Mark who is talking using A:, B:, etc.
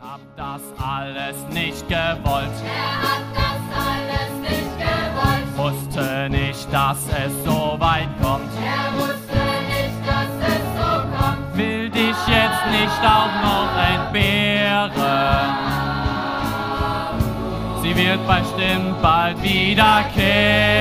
A: hab das alles nicht gewollt.
B: Er hat das alles nicht gewollt.
A: Wusste nicht, dass es so weit kommt.
B: Er wusste nicht, dass es so kommt.
A: Will dich jetzt nicht auch noch entbehren. Sie wird bestimmt bald wiederkehren.